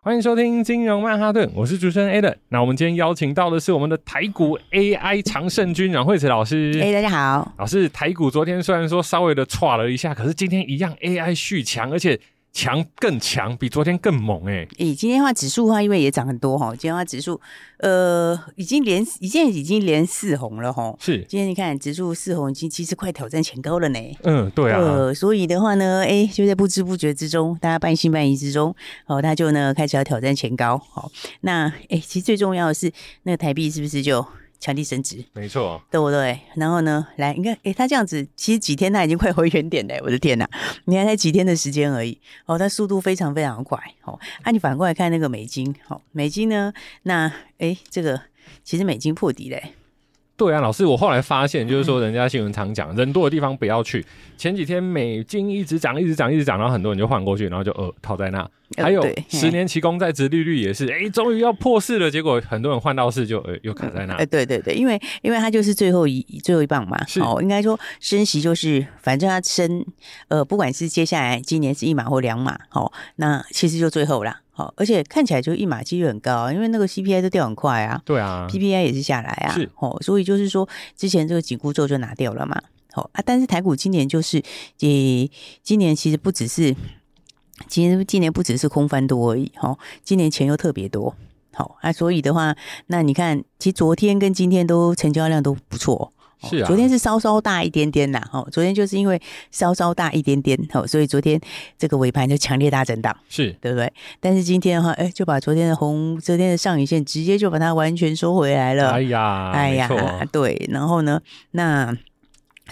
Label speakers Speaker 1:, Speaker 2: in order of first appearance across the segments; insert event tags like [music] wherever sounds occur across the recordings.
Speaker 1: 欢迎收听金融曼哈顿，我是主持人 Adam。那我们今天邀请到的是我们的台股 AI 常胜军阮惠慈老师。
Speaker 2: 哎、大家好，
Speaker 1: 老师，台股昨天虽然说稍微的差了一下，可是今天一样 AI 续强，而且强更强，比昨天更猛哎、
Speaker 2: 咦、今天的话指数的话，因为也涨很多哈，今天的话指数呃已经连已经已经连四红了哈。
Speaker 1: 是，
Speaker 2: 今天你看指数四红，已经其实快挑战前高了呢。
Speaker 1: 嗯，对啊，
Speaker 2: 呃，所以的话呢，哎、就在不知不觉之中，大家半信半疑之中，哦，他就呢开始要挑战前高。好、那哎、其实最重要的是，那个台币是不是就强力升值，
Speaker 1: 没错，
Speaker 2: 对不对？然后呢，来，你看，哎、他这样子，其实几天他已经快回原点了，我的天呐、你看才几天的时间而已，哦，它速度非常非常快，哦，啊，你反过来看那个美金，哦，美金呢，那哎、这个其实美金破底嘞、
Speaker 1: 对啊，老师，我后来发现就是说，人家新闻常
Speaker 2: [laughs]
Speaker 1: 讲，人多的地方不要去。前几天美金一直涨，一直涨，一直涨，然后很多人就换过去，然后就呃套在那。
Speaker 2: 呃
Speaker 1: 还有
Speaker 2: 对
Speaker 1: 十
Speaker 2: 嘿
Speaker 1: 年期公债殖利率也是，哎，终于要破四了，结果很多人换到四就呃又卡在那
Speaker 2: 哎、。对对对，因为因为它就是最后一最后一棒嘛
Speaker 1: 是，
Speaker 2: 哦，应该说升息就是，反正它升，呃，不管是接下来今年是一码或两码，哦，那其实就最后啦，好、而且看起来就一码几率很高啊，因为那个 CPI 都掉很快啊，
Speaker 1: 对啊，
Speaker 2: PPI 也是下来啊，
Speaker 1: 是
Speaker 2: 哦，所以就是说之前这个紧箍咒就拿掉了嘛，哦啊，但是台股今年就是，也今年其实不只是，其实今年不只是空翻多而已，哦，今年钱又特别多，好、啊，所以的话，那你看，其实昨天跟今天都成交量都不错、哦
Speaker 1: 是啊，
Speaker 2: 昨天是稍稍大一点点啦，哦，昨天就是因为稍稍大一点点，哦，所以昨天这个尾盘就强烈大震荡。
Speaker 1: 是
Speaker 2: 对不对？但是今天的话，哎，就把昨天的红，昨天的上影线直接就把它完全收回来了。
Speaker 1: 哎呀，
Speaker 2: 哎
Speaker 1: 没
Speaker 2: 呀
Speaker 1: 错。，啊
Speaker 2: 对，然后呢，那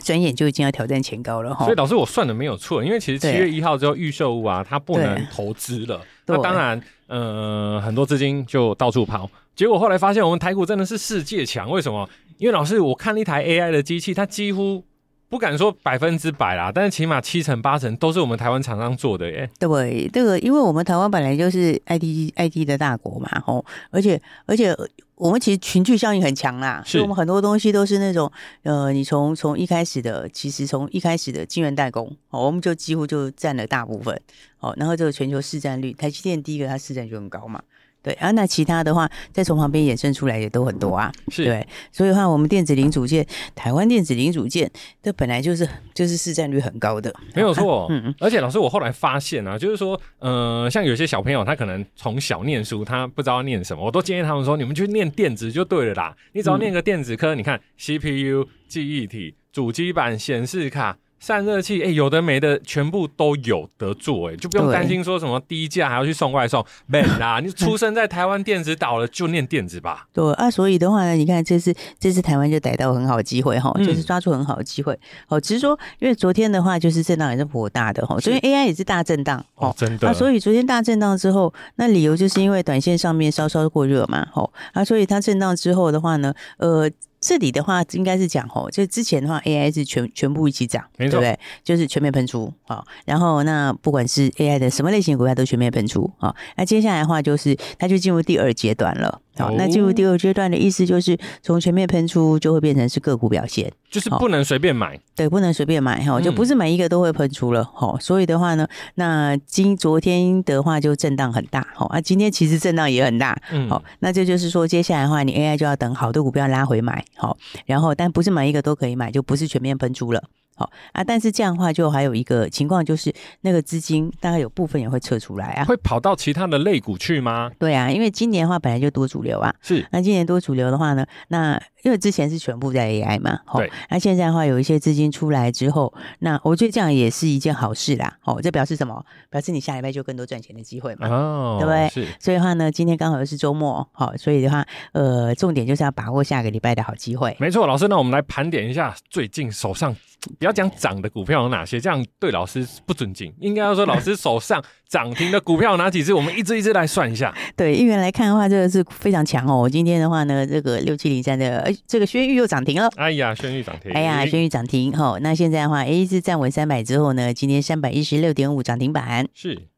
Speaker 2: 转眼就已经要挑战前高了哈
Speaker 1: 所以。老师，我算的没有错，因为其实七
Speaker 2: 对
Speaker 1: 月一号之后，预售屋啊，它不能
Speaker 2: 对
Speaker 1: 投资了。
Speaker 2: 对
Speaker 1: 那当然，呃，很多资金就到处跑。结果后来发现，我们台股真的是世界强。为什么？因为老师，我看了一台 AI 的机器，它几乎不敢说百分之百啦，但是起码七成八成都是我们台湾厂商做的哎耶。
Speaker 2: 对，这个因为我们台湾本来就是 IT IT 的大国嘛，吼，而且而且我们其实群聚效应很强啦，
Speaker 1: 是
Speaker 2: 所以我们很多东西都是那种，呃，你从从一开始的，其实从一开始的晶圆代工，哦，我们就几乎就占了大部分，哦，然后这个全球市占率，台积电第一个它市占就很高嘛。对啊，那其他的话，再从旁边衍生出来也都很多啊。
Speaker 1: 是，
Speaker 2: 对，所以的话，我们电子零组件，台湾电子零组件，这本来就是就是市占率很高的。
Speaker 1: 没有错。
Speaker 2: 嗯嗯，
Speaker 1: 而且老师，我后来发现啊，就是说，呃，像有些小朋友，他可能从小念书，他不知道念什么，我都建议他们说，你们去念电子就对了啦。你只要念个电子科，你
Speaker 2: 嗯
Speaker 1: 看 CPU、记忆体、主机板、显示卡、散热器，哎、有的没的，全部都有得做、哎，就不用
Speaker 2: 对
Speaker 1: 担心说什么低价还要去送外送，没啦，你出生在台湾电子岛了，就念电子吧。
Speaker 2: 对啊，所以的话呢，你看这次这次台湾就逮到很好的机会哈，
Speaker 1: 嗯
Speaker 2: 就是抓住很好的机会。哦，只是说，因为昨天的话就是震荡也是颇大的哈，所以 AI 也是大震荡
Speaker 1: 哦，真的，
Speaker 2: 啊，所
Speaker 1: 以
Speaker 2: 以昨天大震荡之后，那理由就是因为短线上面稍稍过热嘛，吼啊，所以它震荡之后的话呢，呃。这里的话应该是讲吼，就之前的话，AI 是全全部一起涨，
Speaker 1: 没
Speaker 2: 对
Speaker 1: 错
Speaker 2: 不对？就是全面喷出啊、好然后那不管是 AI 的什么类型的股票都全面喷出啊、好那接下来的话就是它就进入第二阶段了。好、
Speaker 1: 哦
Speaker 2: 那进入第二阶段的意思就是从全面喷出就会变成是个股表现。
Speaker 1: 就是
Speaker 2: 好
Speaker 1: 不能随便买，
Speaker 2: 对，不能随便买哈，就
Speaker 1: 嗯
Speaker 2: 不是每一个都会喷出了哈、所以的话呢，那今昨天的话就震荡很大哈，啊，今天其实震荡也很大，
Speaker 1: 嗯，
Speaker 2: 好、那这就是说接下来的话，你 AI 就要等好的股票拉回买好，然后但不是每一个都可以买，就不是全面喷出了。好啊，但是这样的话，就还有一个情况，就是那个资金大概有部分也会撤出来啊。
Speaker 1: 会跑到其他的类股去吗？
Speaker 2: 对啊，因为今年的话本来就多主流啊，
Speaker 1: 是，
Speaker 2: 那今年多主流的话呢，那因为之前是全部在 AI 嘛，吼
Speaker 1: 对，
Speaker 2: 那现在的话有一些资金出来之后，那我觉得这样也是一件好事啦，哦，这表示什么？表示你下礼拜就有更多赚钱的机会嘛。
Speaker 1: 哦，
Speaker 2: 对不对
Speaker 1: 是，
Speaker 2: 所以的话呢，今天刚好又是周末，好、所以的话，
Speaker 1: 嗯
Speaker 2: 呃，重点就是要把握下个礼拜的好机会。
Speaker 1: 没错，老师，那我们来盘点一下最近手上不要讲涨的股票有哪些，这样对老师不尊敬。应该要说老师手上涨停的股票有哪几只，我们一只一只来算一
Speaker 2: [laughs]
Speaker 1: 下。
Speaker 2: 对，一元来看的话，这个是非常强哦。今天的话呢，这个六七零三的，哎，这个轩玉又涨停了。
Speaker 1: 哎呀，轩玉涨停，
Speaker 2: 哎呀，轩玉涨停哈、哦。那现在的话，A 是站稳三百之后呢，今天三百一十六点五涨停板。
Speaker 1: 是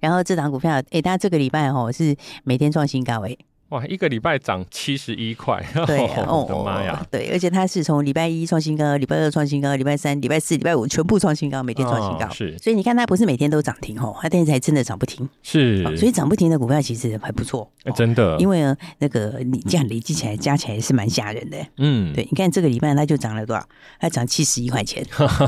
Speaker 2: 然后这档股票，哎，它这个礼拜哦是每天创新高
Speaker 1: [laughs]
Speaker 2: 哎。
Speaker 1: 哇，一个礼拜涨七十一块，
Speaker 2: 对啊
Speaker 1: [laughs] 哦
Speaker 2: 哦
Speaker 1: 我的妈呀！！
Speaker 2: 对，而且它是从礼拜一创新高，礼拜二创新高，礼拜三、礼拜四、礼拜五全部创新高，每天创新高。
Speaker 1: 哦是
Speaker 2: 所以你看，它不是每天都涨停哦，它但是还真的涨不停、
Speaker 1: 是
Speaker 2: 哦，所以涨不停的股票其实还不错，哦
Speaker 1: 哎真的，
Speaker 2: 因
Speaker 1: 为
Speaker 2: 为呢，那个你这样累积起来加起来是蛮吓人的。
Speaker 1: 嗯，
Speaker 2: 对，你看这个礼拜它就涨了多少？它涨七十一块
Speaker 1: [laughs]
Speaker 2: 钱，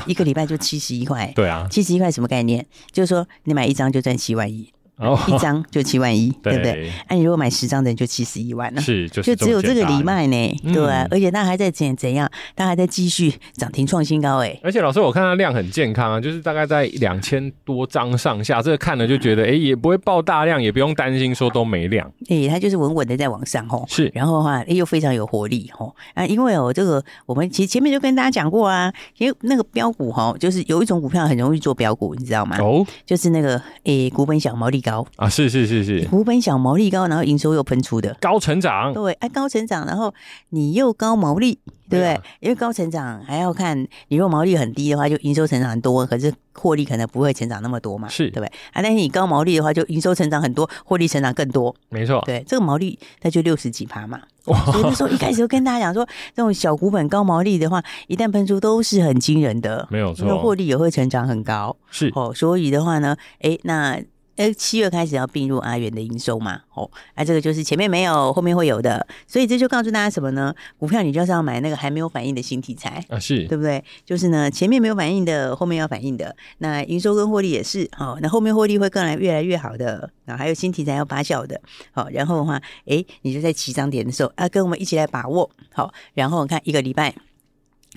Speaker 2: 一个礼拜就七十一块。
Speaker 1: 对啊，
Speaker 2: 七十一块什么概念？就是说你买一张就赚七
Speaker 1: [laughs]
Speaker 2: 万一，
Speaker 1: 然后
Speaker 2: 一张就七万一，对不对？
Speaker 1: 哦对
Speaker 2: 那、哎你如果买十张的，你就七十一万了、
Speaker 1: 是就是
Speaker 2: 就只
Speaker 1: 么
Speaker 2: 有这个
Speaker 1: 简单
Speaker 2: 礼。拜呢，
Speaker 1: 嗯
Speaker 2: 对啊，而且它还在怎怎样？它还在继续涨停创新高哎、
Speaker 1: 而且老师，我看它量很健康啊，就是大概在两千多张上下，这个看了就觉得，哎、也不会爆大量，也不用担心说都没量，
Speaker 2: 诶、它哎就是稳稳的在往上吼。
Speaker 1: 是
Speaker 2: 然后的话，诶哎又非常有活力吼啊！因为哦，这个我们其实前面就跟大家讲过啊，因为那个标股吼，就是有一种股票很容易做标股，你知道吗？
Speaker 1: 哦
Speaker 2: 就是那个诶，股本小毛利高，
Speaker 1: 啊，是是是是，
Speaker 2: 股本小毛利高，然后营收又喷出的，
Speaker 1: 高成 [laughs] 长，
Speaker 2: 对，哎，高成长，然后你又高毛利，对不
Speaker 1: 对
Speaker 2: 对
Speaker 1: 啊？
Speaker 2: 因为高成长还要看，你如果毛利很低的话，就营收成长很多，可是获利可能不会成长那么多嘛，
Speaker 1: 是
Speaker 2: 对不对？啊，但是你高毛利的话，就营收成长很多，获利成长更多，
Speaker 1: 没错，
Speaker 2: 对，这个毛利它就六十几
Speaker 1: [laughs]
Speaker 2: 趴嘛。所以那时候一开始就跟大家讲说，这种小股本高毛利的话，一旦喷出都是很惊人的，
Speaker 1: 没有
Speaker 2: 那获
Speaker 1: 错，
Speaker 2: 利也会成长很高。
Speaker 1: 是
Speaker 2: 哦，所以的话呢，诶，那呃七月开始要并入阿元的营收嘛，哦，啊这个就是前面没有，后面会有的，所以这就告诉大家什么呢？股票你就是要买那个还没有反应的新题材。
Speaker 1: 啊是
Speaker 2: 对不对？就是呢，前面没有反应的，后面要反应的。那营收跟获利也是，好、那后面获利会更来越来越好的。然后还有新题材要发酵的，好、然后的话，诶，你就在起涨点的时候啊，跟我们一起来把握，好、然后看一个礼拜，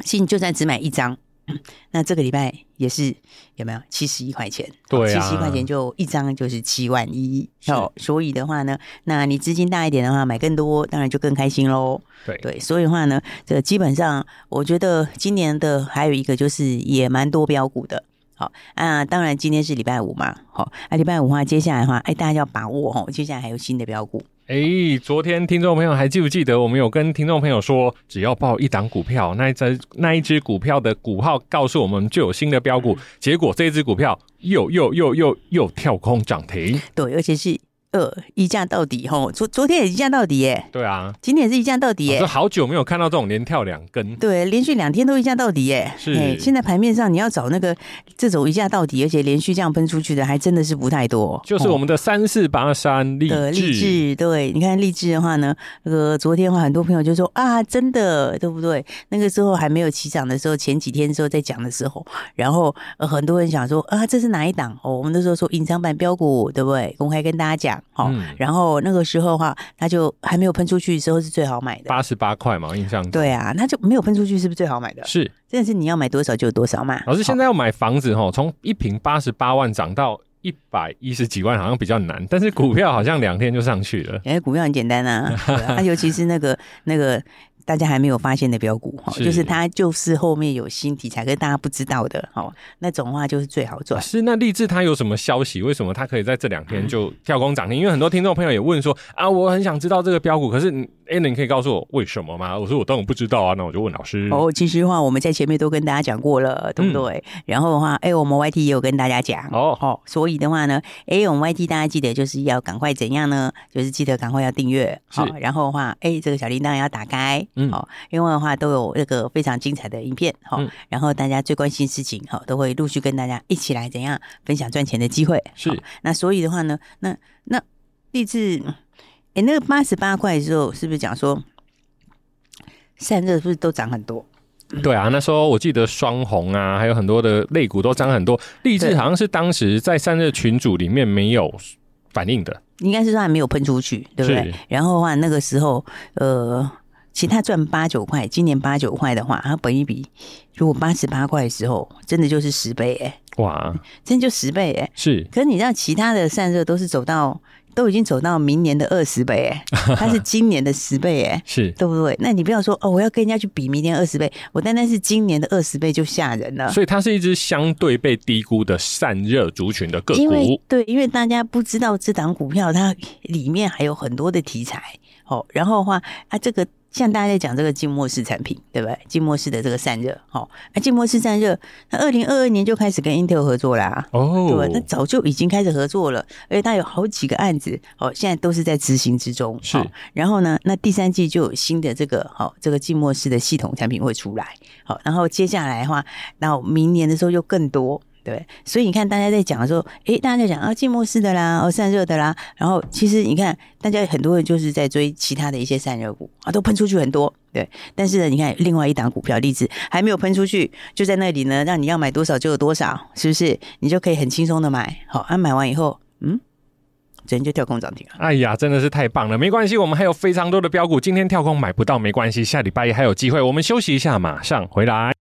Speaker 2: 新就算只买一张，那这个礼拜也是有没有七十一块钱？哦
Speaker 1: 对啊
Speaker 2: 七十一块钱就一张就是七万一
Speaker 1: 是
Speaker 2: 哦。所以的话呢，那你资金大一点的话，买更多，当然就更开心喽。
Speaker 1: 对
Speaker 2: 对，所以的话呢，这基本上我觉得今年的还有一个就是也蛮多标股的。好啊，当然今天是礼拜五嘛，好、啊，礼拜五的话，接下来的话，哎，大家要把握哦，接下来还有新的标股，
Speaker 1: 哎、昨天听众朋友还记不记得我们有跟听众朋友说，只要报一档股票，那一只那一只股票的股号告诉我们就有新的标股，结果这只股票又又又又又跳空涨停。
Speaker 2: 对，而且是呃一价到底哦，昨昨天也一价到底耶，
Speaker 1: 对啊，
Speaker 2: 今天也是一价到底
Speaker 1: 我
Speaker 2: 耶
Speaker 1: 这，好久没有看到这种连跳两根。
Speaker 2: 对，连续两天都一价到底耶，
Speaker 1: 是
Speaker 2: 哎现在盘面上你要找那个这种一价到底，而且连续这样喷出去的，还真的是不太多，
Speaker 1: 就是
Speaker 2: 哦
Speaker 1: 我们的三四八三励
Speaker 2: 的励
Speaker 1: 志，
Speaker 2: 志，对，你看励志的话呢，那个昨天的话，很多朋友就说啊，真的，对不对？那个时候还没有起涨的时候，前几天的时候在讲的时候，然后、呃、很多人想说啊，这是哪一档？哦，我们那时候说隐藏版标股，对不对？公开跟大家讲，哦，
Speaker 1: 嗯
Speaker 2: 然后那个时候的话，它就还没有喷出去的时候是最好买的。
Speaker 1: 八十八块嘛，我印象中
Speaker 2: 对啊，那就没有喷出去，是不是最好买的？
Speaker 1: 是。
Speaker 2: 真的是你要买多少就有多少嘛。
Speaker 1: 老师现
Speaker 2: 哦
Speaker 1: 在要买房子哈，从一平八十八万涨到一百一十几万，好像比较难，但是股票好像两天就上去了。
Speaker 2: 哎，股票很简
Speaker 1: [laughs]
Speaker 2: 单啊，对啊啊尤其是那个那个大家还没有发现的标股哈，
Speaker 1: 是
Speaker 2: 就是它就是后面有新题材，跟大家不知道的哦，那种的话就是最好
Speaker 1: 老
Speaker 2: 赚。
Speaker 1: 师，那励志它有什么消息？为什么它可以在这两天就
Speaker 2: 嗯
Speaker 1: 跳空涨停？因为很多听众朋友也问说啊，我很想知道这个标股，可是哎，你可以告诉我为什么吗？我说我当然不知道啊，那我就问老师。
Speaker 2: 哦，其实的话我们在前面都跟大家讲过了，对不对？然后的话，哎，我们 YT 也有跟大家讲
Speaker 1: 嗯哦
Speaker 2: 哦，所以的话呢，哎，我们 YT 大家记得就是要赶快怎样呢？就是记得赶快要订阅，
Speaker 1: 是
Speaker 2: 哦，然后的话，哎，这个小铃铛要打开，
Speaker 1: 嗯
Speaker 2: 哦，因为的话都有那个非常精彩的影片，哈、哦
Speaker 1: 嗯
Speaker 2: 然后大家最关心的事情，哈、都会陆续跟大家一起来怎样分享赚钱的机会。
Speaker 1: 是
Speaker 2: 好那所以的话呢，那那励志，哎，那个八十八块的时候，是不是讲说散热是不是都涨很多？
Speaker 1: 对啊，那时候我记得双红啊，还有很多的类股都涨很多，励志
Speaker 2: 对
Speaker 1: 好像是当时在散热群组里面没有反应的，
Speaker 2: 应该是说还没有喷出去，对不对
Speaker 1: 是？
Speaker 2: 然后的话，那个时候，呃，其他赚八九块，今年八九块的话，它本一比如果八十八块的时候，真的就是十倍、哎，
Speaker 1: 哇，
Speaker 2: 真的就十倍、哎。
Speaker 1: 是
Speaker 2: 可是你知道，其他的散热都是走到都已经走到明年的二十倍，哎，它是今年的十倍，哎，
Speaker 1: 是。
Speaker 2: 对不对？那你不要说哦，我要跟人家去比明年二十倍，我单单是今年的二十倍就吓人了。
Speaker 1: 所以它是一只相对被低估的散热族群的个
Speaker 2: 因为
Speaker 1: 股，
Speaker 2: 对，因为大家不知道这档股票它里面还有很多的题材哦。然后的话，啊，这个像大家在讲这个静默式产品，对不对？静默式的这个散热，哦，啊，静默式散热，那二零二二年就开始跟 Intel 合作啦、对吧
Speaker 1: 哦，
Speaker 2: 那早就已经开始合作了，而且它有好几个案子哦，现在都是在执行之中。
Speaker 1: 是
Speaker 2: 哦然后呢，那第三季就有新的这个好、哦、这个静默式的系统产品会出来，好、然后接下来的话，那明年的时候又更多。对，所以你看，大家在讲的时候，诶，大家在讲啊，静默式的啦，哦，散热的啦，然后其实你看，大家很多人就是在追其他的一些散热股啊，都喷出去很多，对。但是呢，你看另外一档股票例子还没有喷出去，就在那里呢，让你要买多少就有多少，是不是？你就可以很轻松的买，好，啊，买完以后，嗯，昨天就跳空涨停了。
Speaker 1: 哎呀，真的是太棒了！没关系，我们还有非常多的标股，今天跳空买不到没关系，下礼拜一还有机会。我们休息一下，马上回来。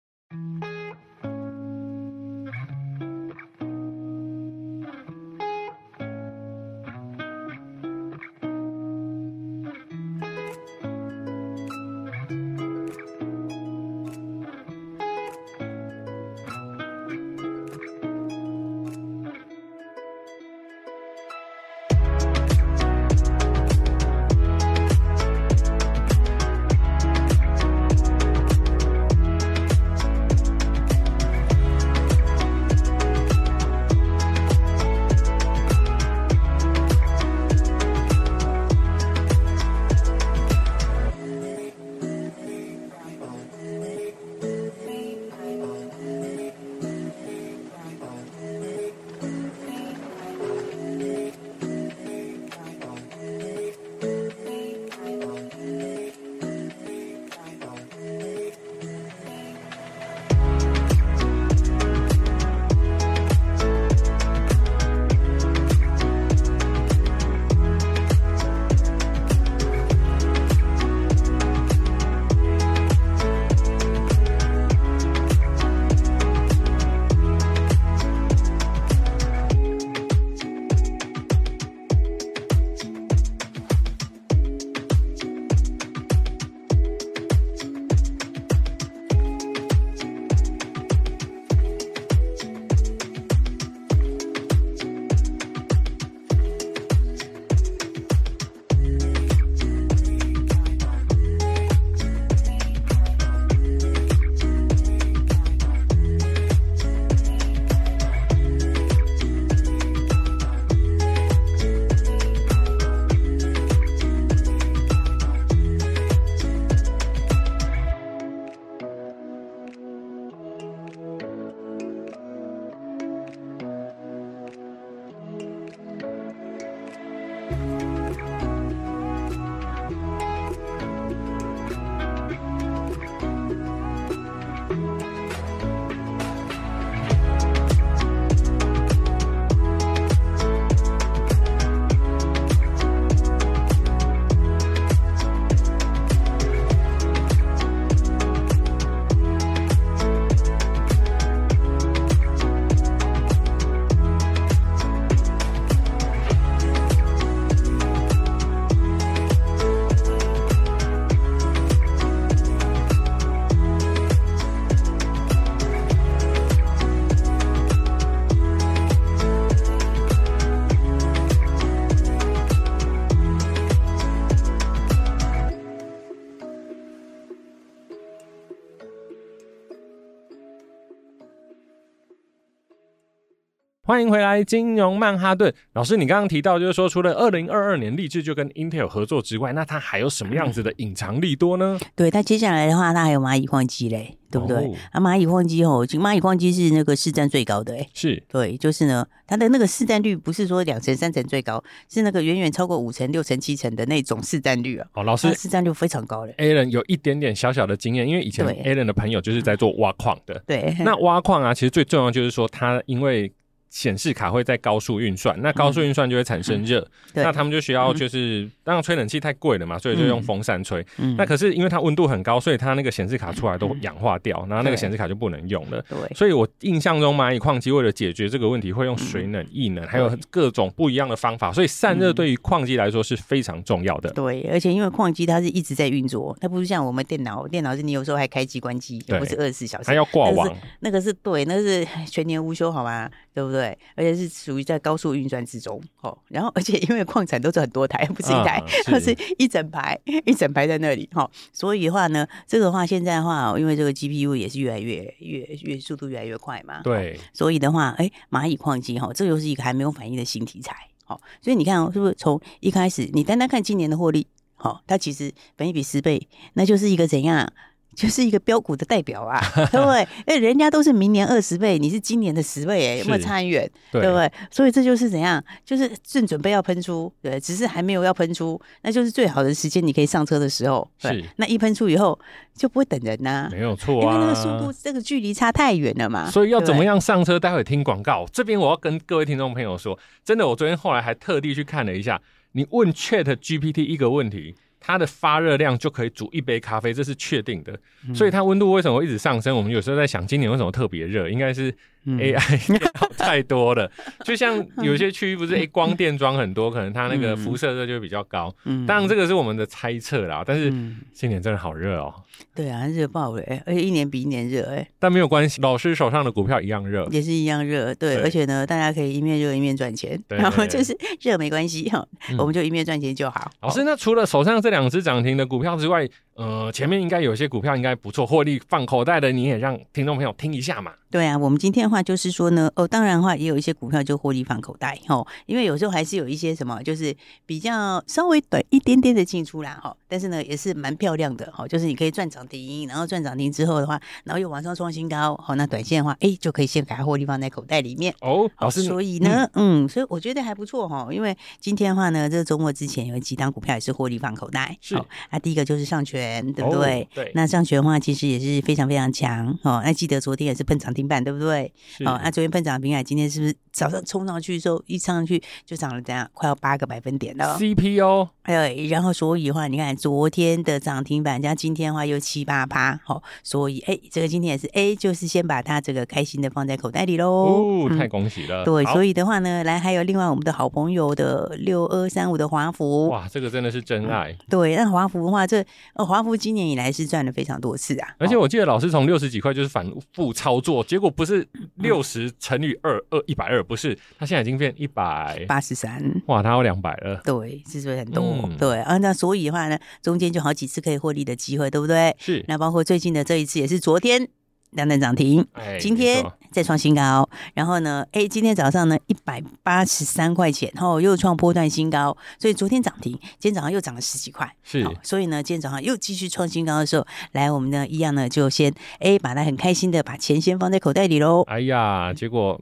Speaker 1: 欢迎回来，金融曼哈顿老师，你刚刚提到就是说，除了二零二二年立志就跟 Intel 合作之外，那它还有什么样子的隐藏利多呢？
Speaker 2: 对，但接下来的话，它还有蚂蚁矿机嘞，对不对？
Speaker 1: 哦
Speaker 2: 啊，蚂蚁矿机哦，其实蚂蚁矿机是那个市占最高的哎、
Speaker 1: 是
Speaker 2: 对，就是呢，它的那个市占率不是说两成、三成最高，是那个远远超过五成、六成、七成的那种市占率啊，
Speaker 1: 哦，老师
Speaker 2: 它市占率非常高嘞。
Speaker 1: Alan 有一点点小小的经验，因为以前
Speaker 2: 对
Speaker 1: Alan 的朋友就是在做挖矿的，
Speaker 2: [laughs] 对，
Speaker 1: 那挖矿啊，其实最重要就是说，它因为显示卡会在高速运算，那高速运算就会产生热，
Speaker 2: 嗯对
Speaker 1: 那他们就需要就是，当然吹冷气太贵了嘛，所以就用风扇吹。
Speaker 2: 嗯
Speaker 1: 那可是因为它温度很高，所以它那个显示卡出来都氧化掉，然后那个显示卡就不能用了。
Speaker 2: 对
Speaker 1: 所以我印象中蚂蚁矿机为了解决这个问题，会用水冷、液
Speaker 2: 嗯
Speaker 1: 冷，还有各种不一样的方法。所以散热对于矿机来说是非常重要的。
Speaker 2: 对，而且因为矿机它是一直在运作，它不是像我们电脑，电脑是你有时候还开机关机，也不是二十四小时
Speaker 1: 还，要挂
Speaker 2: 但是哦
Speaker 1: 网，
Speaker 2: 那个是对，那是全年无休，好吗？对不对？而且是属于在高速运算之中哦。然后，而且因为矿产都是很多台，不是一台 [laughs]
Speaker 1: 啊，
Speaker 2: 它、
Speaker 1: 是
Speaker 2: 是一整排，一整排在那里哈、哦。所以的话呢，这个的话现在的话、哦，因为这个 GPU 也是越来越越越速度越来越快嘛，
Speaker 1: 对，
Speaker 2: 所以的话，哎，蚂蚁矿机哈、这又是一个还没有反应的新题材。好、所以你看、哦，是不是从一开始，你单单看今年的获利，好、它其实本一比十倍，那就是一个怎样啊？就是一个标股的代表
Speaker 1: [laughs]
Speaker 2: 啊，对不对？哎，人家都是明年二十倍，你是今年的十倍，哎，有没有
Speaker 1: 是
Speaker 2: 差很远？
Speaker 1: 对
Speaker 2: 对不对？所以这就是怎样，就是正准备要喷出，对，只是还没有要喷出，那就是最好的时间，你可以上车的时候。对
Speaker 1: 是，
Speaker 2: 那一喷出以后就不会等人呐、
Speaker 1: 没有
Speaker 2: 因
Speaker 1: 错
Speaker 2: 为
Speaker 1: 啊。
Speaker 2: 那个速度、这个距离差太远了嘛。
Speaker 1: 所以要
Speaker 2: 啊对不
Speaker 1: 怎么
Speaker 2: 对？
Speaker 1: 样上车？待会听广告。这边我要跟各位听众朋友说，真的，我昨天后来还特地去看了一下，你问 Chat GPT 一个问题，它的发热量就可以煮一杯咖啡，这是确定的。
Speaker 2: 嗯
Speaker 1: 所以它温度为什么会一直上升？我们有时候在想，今年为什么特别热？应该是
Speaker 2: 嗯
Speaker 1: AI 电脑太多了。 [laughs] 就像有些区域不是诶光电装很多，可能它那个辐射热就会比较高。
Speaker 2: 嗯
Speaker 1: 当然这个是我们的猜测啦，但是
Speaker 2: 嗯，
Speaker 1: 今年真的好热哦。
Speaker 2: 对啊，热爆了、哎而且一年比一年热，哎，
Speaker 1: 但没有关系，老师手上的股票一样热。
Speaker 2: 也是一样热，对，
Speaker 1: 嗯对
Speaker 2: 而且呢，大家可以一面热一面赚钱，
Speaker 1: 对
Speaker 2: 然后
Speaker 1: 对嗯
Speaker 2: 就是热没关系哈，我们就一面赚钱就好。
Speaker 1: 老师，那除了手上这两只涨停的股票之外，呃，前面应该有些股票应该不错，获利放口袋的，你也让听众朋友听一下嘛。
Speaker 2: 对啊，我们今天的话就是说呢，哦，当然的话也有一些股票就获利放口袋哦，因为有时候还是有一些什么，就是比较稍微短一点点的进出啦哈、哦，但是呢也是蛮漂亮的哈、哦，就是你可以赚涨停，然后赚涨停之后的话，然后又往上创新高，好、哦，那短线的话，哎，就可以先把它获利放在口袋里面。
Speaker 1: 哦，
Speaker 2: 好，
Speaker 1: 老师，
Speaker 2: 所以呢，嗯所以我觉得还不错哈，因为今天的话呢，这个周末之前有几档股票也是获利放口袋，
Speaker 1: 是
Speaker 2: 好那、第一个就是上权，对不
Speaker 1: 哦
Speaker 2: 对？
Speaker 1: 对
Speaker 2: 那上权的话，其实也是非常非常强哦。那记得昨天也是碰涨停板，对不对？
Speaker 1: 是
Speaker 2: 哦，那昨天碰涨停板，今天是不是早上冲上去之后，一上去就涨了怎样？快要八个百分点了。
Speaker 1: CPU
Speaker 2: 哎，然后所以的话，你看昨天的涨停板加今天的话又七八趴，好、所以哎，这个今天也是哎，就是先把它这个开心的放在口袋里喽。
Speaker 1: 哦，
Speaker 2: 嗯
Speaker 1: 太恭喜了。
Speaker 2: 对，所
Speaker 1: 以
Speaker 2: 以的话呢，来还有另外我们的好朋友的六二三五的华孚，
Speaker 1: 哇，这个真的是真爱。
Speaker 2: 对，那华孚的话，这呃华孚今年以来是赚了非常多次啊，
Speaker 1: 而且
Speaker 2: 哦
Speaker 1: 我记得老师从六十几块就是反复操作，结果不是六十乘以二二一百二，不是，它现在已经变一百，
Speaker 2: 八十三。
Speaker 1: 哇，它要两百了。
Speaker 2: 对，是不是很多？
Speaker 1: 嗯
Speaker 2: 对啊，那所以的话呢，中间就好几次可以获利的机会，对不对？
Speaker 1: 是，
Speaker 2: 那包括最近的这一次也是昨天两等涨停，
Speaker 1: 哎
Speaker 2: 今
Speaker 1: 没
Speaker 2: 天
Speaker 1: 错
Speaker 2: 再创新高，然后呢，哎，今天早上呢一百八十三块钱，然后又创波段新高，所以昨天涨停，今天早上又涨了十几块，
Speaker 1: 是
Speaker 2: 好所以呢，今天早上又继续创新高的时候，来我们呢一样呢就先哎把它很开心的把钱先放在口袋里
Speaker 1: [laughs]
Speaker 2: 喽，
Speaker 1: 哎呀，结果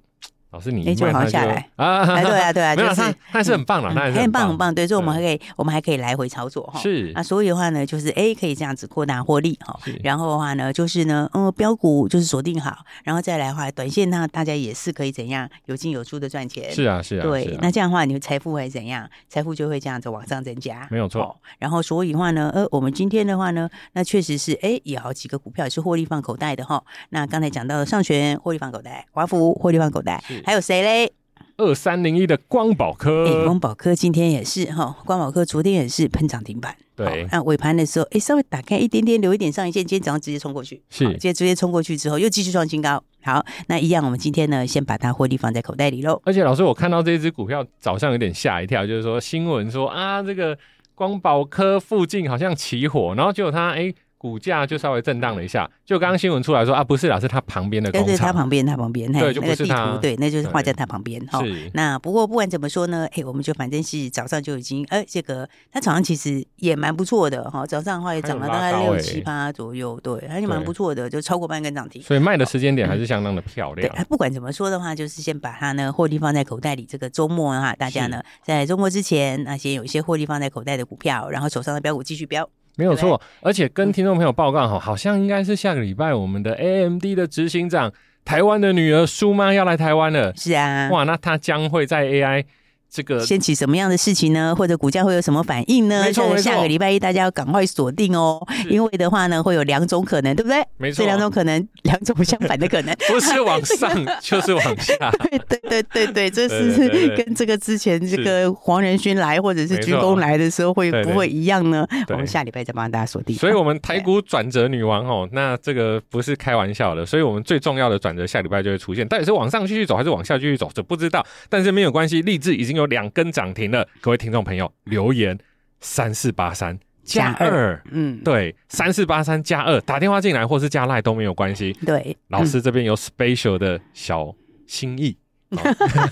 Speaker 1: 老师你
Speaker 2: 哎
Speaker 1: 一
Speaker 2: 就
Speaker 1: 卖
Speaker 2: 好
Speaker 1: 它
Speaker 2: 下来
Speaker 1: 啊，
Speaker 2: 哎，对啊，对啊，
Speaker 1: 没
Speaker 2: 就
Speaker 1: 有，
Speaker 2: 是
Speaker 1: 它它还是很棒了，
Speaker 2: 嗯
Speaker 1: 它还是
Speaker 2: 很棒
Speaker 1: 棒
Speaker 2: 很。棒，对，所以我们
Speaker 1: 对
Speaker 2: 还可以，我们还可以来回操作哈。
Speaker 1: 是
Speaker 2: 啊，所以的话呢，就是哎，可以这样子扩大获利哈
Speaker 1: 是。
Speaker 2: 然后的话呢，就是呢，嗯，标股就是锁定好，然后再来的话，短线呢，大家也是可以怎样有进有出的赚钱。
Speaker 1: 是啊，是啊，是
Speaker 2: 对，
Speaker 1: 啊
Speaker 2: 那这样的话，你的财富会怎样？财富就会这样子往上增加，
Speaker 1: 没有错
Speaker 2: 哦然后，所以的话呢，呃，我们今天的话呢，那确实是，哎，有好几个股票也是获利放口袋的哈。那刚才讲到的上权获利放口袋，华孚获利放口袋
Speaker 1: 是，
Speaker 2: 哎
Speaker 1: 呃
Speaker 2: 还有谁嘞？
Speaker 1: 二三零一的光宝
Speaker 2: 哎、
Speaker 1: 科，
Speaker 2: 光宝科今天也是哈，光宝科昨天也是喷涨停板。
Speaker 1: 对
Speaker 2: 好那尾盘的时候，哎、稍微打开一点点，留一点上影线，今天早上直接冲过去，哦
Speaker 1: 是
Speaker 2: 好直接直接冲过去之后又继续创新高。好，那一样，我们今天呢，先把它获利放在口袋里喽。
Speaker 1: 而且老师，我看到这只股票早上有点吓一跳，就是说新闻说啊，这个光宝科附近好像起火，然后结果它哎股价就稍微震荡了一下，就刚刚新闻出来说啊，不是啦，是它旁边的
Speaker 2: 对
Speaker 1: 工
Speaker 2: 对，它
Speaker 1: 厂，
Speaker 2: 旁边，它旁边，嘿
Speaker 1: 对就不
Speaker 2: 那个
Speaker 1: 是
Speaker 2: 地
Speaker 1: 它
Speaker 2: 图，对，那就是画在
Speaker 1: 对
Speaker 2: 它旁边哦哈。
Speaker 1: 是
Speaker 2: 那不过不管怎么说呢，哎，我们就反正是早上就已经，呃，这个它早上其实也蛮不错的哈，早上的话也涨了大
Speaker 1: 还有
Speaker 2: 概
Speaker 1: 拉高
Speaker 2: 六
Speaker 1: 哎
Speaker 2: 七八左右，对，还是蛮
Speaker 1: 对
Speaker 2: 不错的，就超过半根涨停。
Speaker 1: 所以卖的时间点还是啊相当的漂
Speaker 2: 对，
Speaker 1: 亮，
Speaker 2: 啊不管怎么说的话，就是先把它呢获利放在口袋里。这个周末啊，大家呢在周末之前，那先有一些获利放在口袋的股票，然后手上的标股继续标。
Speaker 1: 没有错。而且跟听众朋友报告哈，好像应该是下个礼拜我们的 AMD 的执行长台湾的女儿苏妈要来台湾了，
Speaker 2: 是啊，
Speaker 1: 哇，那她将会在 AI 这个
Speaker 2: 掀起什么样的事情呢？或者股价会有什么反应呢？
Speaker 1: 呃没错
Speaker 2: 这个
Speaker 1: 没错嗯
Speaker 2: 下个礼拜一大家要赶快锁定哦，因为的话呢，会有两种可能，对不对？
Speaker 1: 没错
Speaker 2: 这，两种可能， [laughs] 两种相反的可
Speaker 1: [laughs]
Speaker 2: 能。
Speaker 1: 不是往上就是往下，
Speaker 2: 对对对对，
Speaker 1: 对对对
Speaker 2: 这是
Speaker 1: 对
Speaker 2: [laughs] 跟这个之前这个黄仁勋来或者是
Speaker 1: 没错
Speaker 2: 鞠躬来的时候会
Speaker 1: 对对
Speaker 2: 不会一样呢？
Speaker 1: 对
Speaker 2: 我们下礼拜再帮大家锁定。
Speaker 1: 所以我们台股转折女王哦，那这个不是开玩笑的，所以我们最重要的转折下礼拜就会出现，到底是往上继续走还是往下继续走，这不知道，但是没有关系，励志已经有两根涨停了，各位听众朋友留言三四八三加
Speaker 2: 加
Speaker 1: 二。
Speaker 2: [laughs] 嗯，
Speaker 1: 对，三四八三加二，打电话进来或是加赖都没有关系。
Speaker 2: 对，
Speaker 1: 老
Speaker 2: [laughs]
Speaker 1: 师这边有 special 的小心意，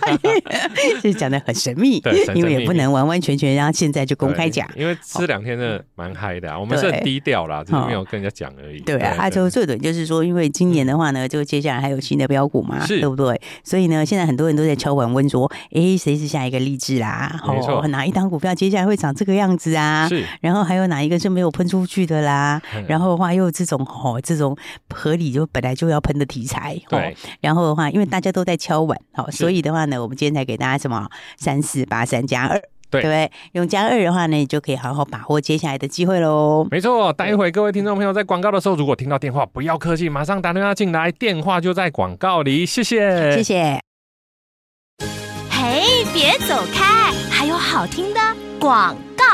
Speaker 2: 嗯是讲的很神秘
Speaker 1: 对神，
Speaker 2: 因为
Speaker 1: 神秘
Speaker 2: 也不能完完全全让现在就公开讲。
Speaker 1: 对因为这两天真的蛮嗨的啊，我们是
Speaker 2: 对
Speaker 1: 很低调啦，只是没有跟人家讲而已。
Speaker 2: 对啊，啊，就最准就是说，因为今年的话呢，就接下来还有新的标股嘛，
Speaker 1: 嗯是
Speaker 2: 对不对？所以呢，现在很多人都在敲碗问说，诶，谁是下一个励志啦？哦
Speaker 1: 没错
Speaker 2: 哪一档股票接下来会长这个样子啊？
Speaker 1: 是，嗯
Speaker 2: 然后还有哪一个是没有喷出去的啦？ [laughs] 然
Speaker 1: 后
Speaker 2: 后的话，又有这种哦，这种合理就本来就要喷的题材，哦
Speaker 1: 对，，
Speaker 2: 然后的话，因为大家都在敲碗，好、
Speaker 1: 是
Speaker 2: 所以的话呢，我们今天才给大家什么三四八三加二，
Speaker 1: 对
Speaker 2: 对不对？用加二的话呢，你就可以好好把握接下来的机会喽。
Speaker 1: 没错，待会各位听众朋友在广告的时候，如果听到电话，不要客气，马上打电话进来，电话就在广告里，谢谢，
Speaker 2: 谢。谢。
Speaker 3: 嘿，别走开，还有好听的广告。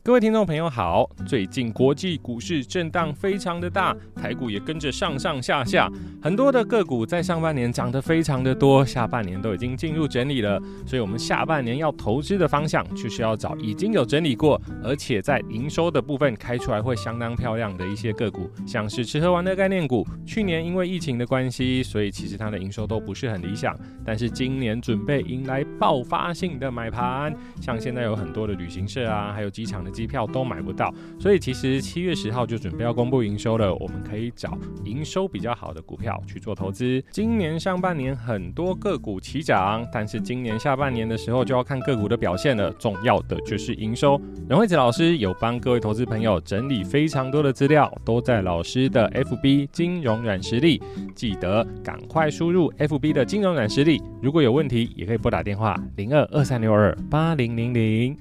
Speaker 1: 各位听众朋友好，最近国际股市震荡非常的大，台股也跟着上上下下，很多的个股在上半年涨得非常的多，下半年都已经进入整理了，所以我们下半年要投资的方向就是要找已经有整理过，而且在营收的部分开出来会相当漂亮的一些个股，像是吃喝玩乐概念股，去年因为疫情的关系，所以其实它的营收都不是很理想，但是今年准备迎来爆发性的买盘，像现在有很多的旅行社啊，还有机场的机票都买不到，所以其实七月十号就准备要公布营收了，我们可以找营收比较好的股票去做投资。今年上半年很多个股齐涨，但是今年下半年的时候就要看个股的表现了，重要的就是营收。阮慧子老师有帮各位投资朋友整理非常多的资料，都在老师的 FB 金融软实力，记得赶快输入 FB 的金融软实力。如果有问题，也可以拨打电话零二二三六二八零零零。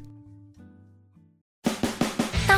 Speaker 3: 大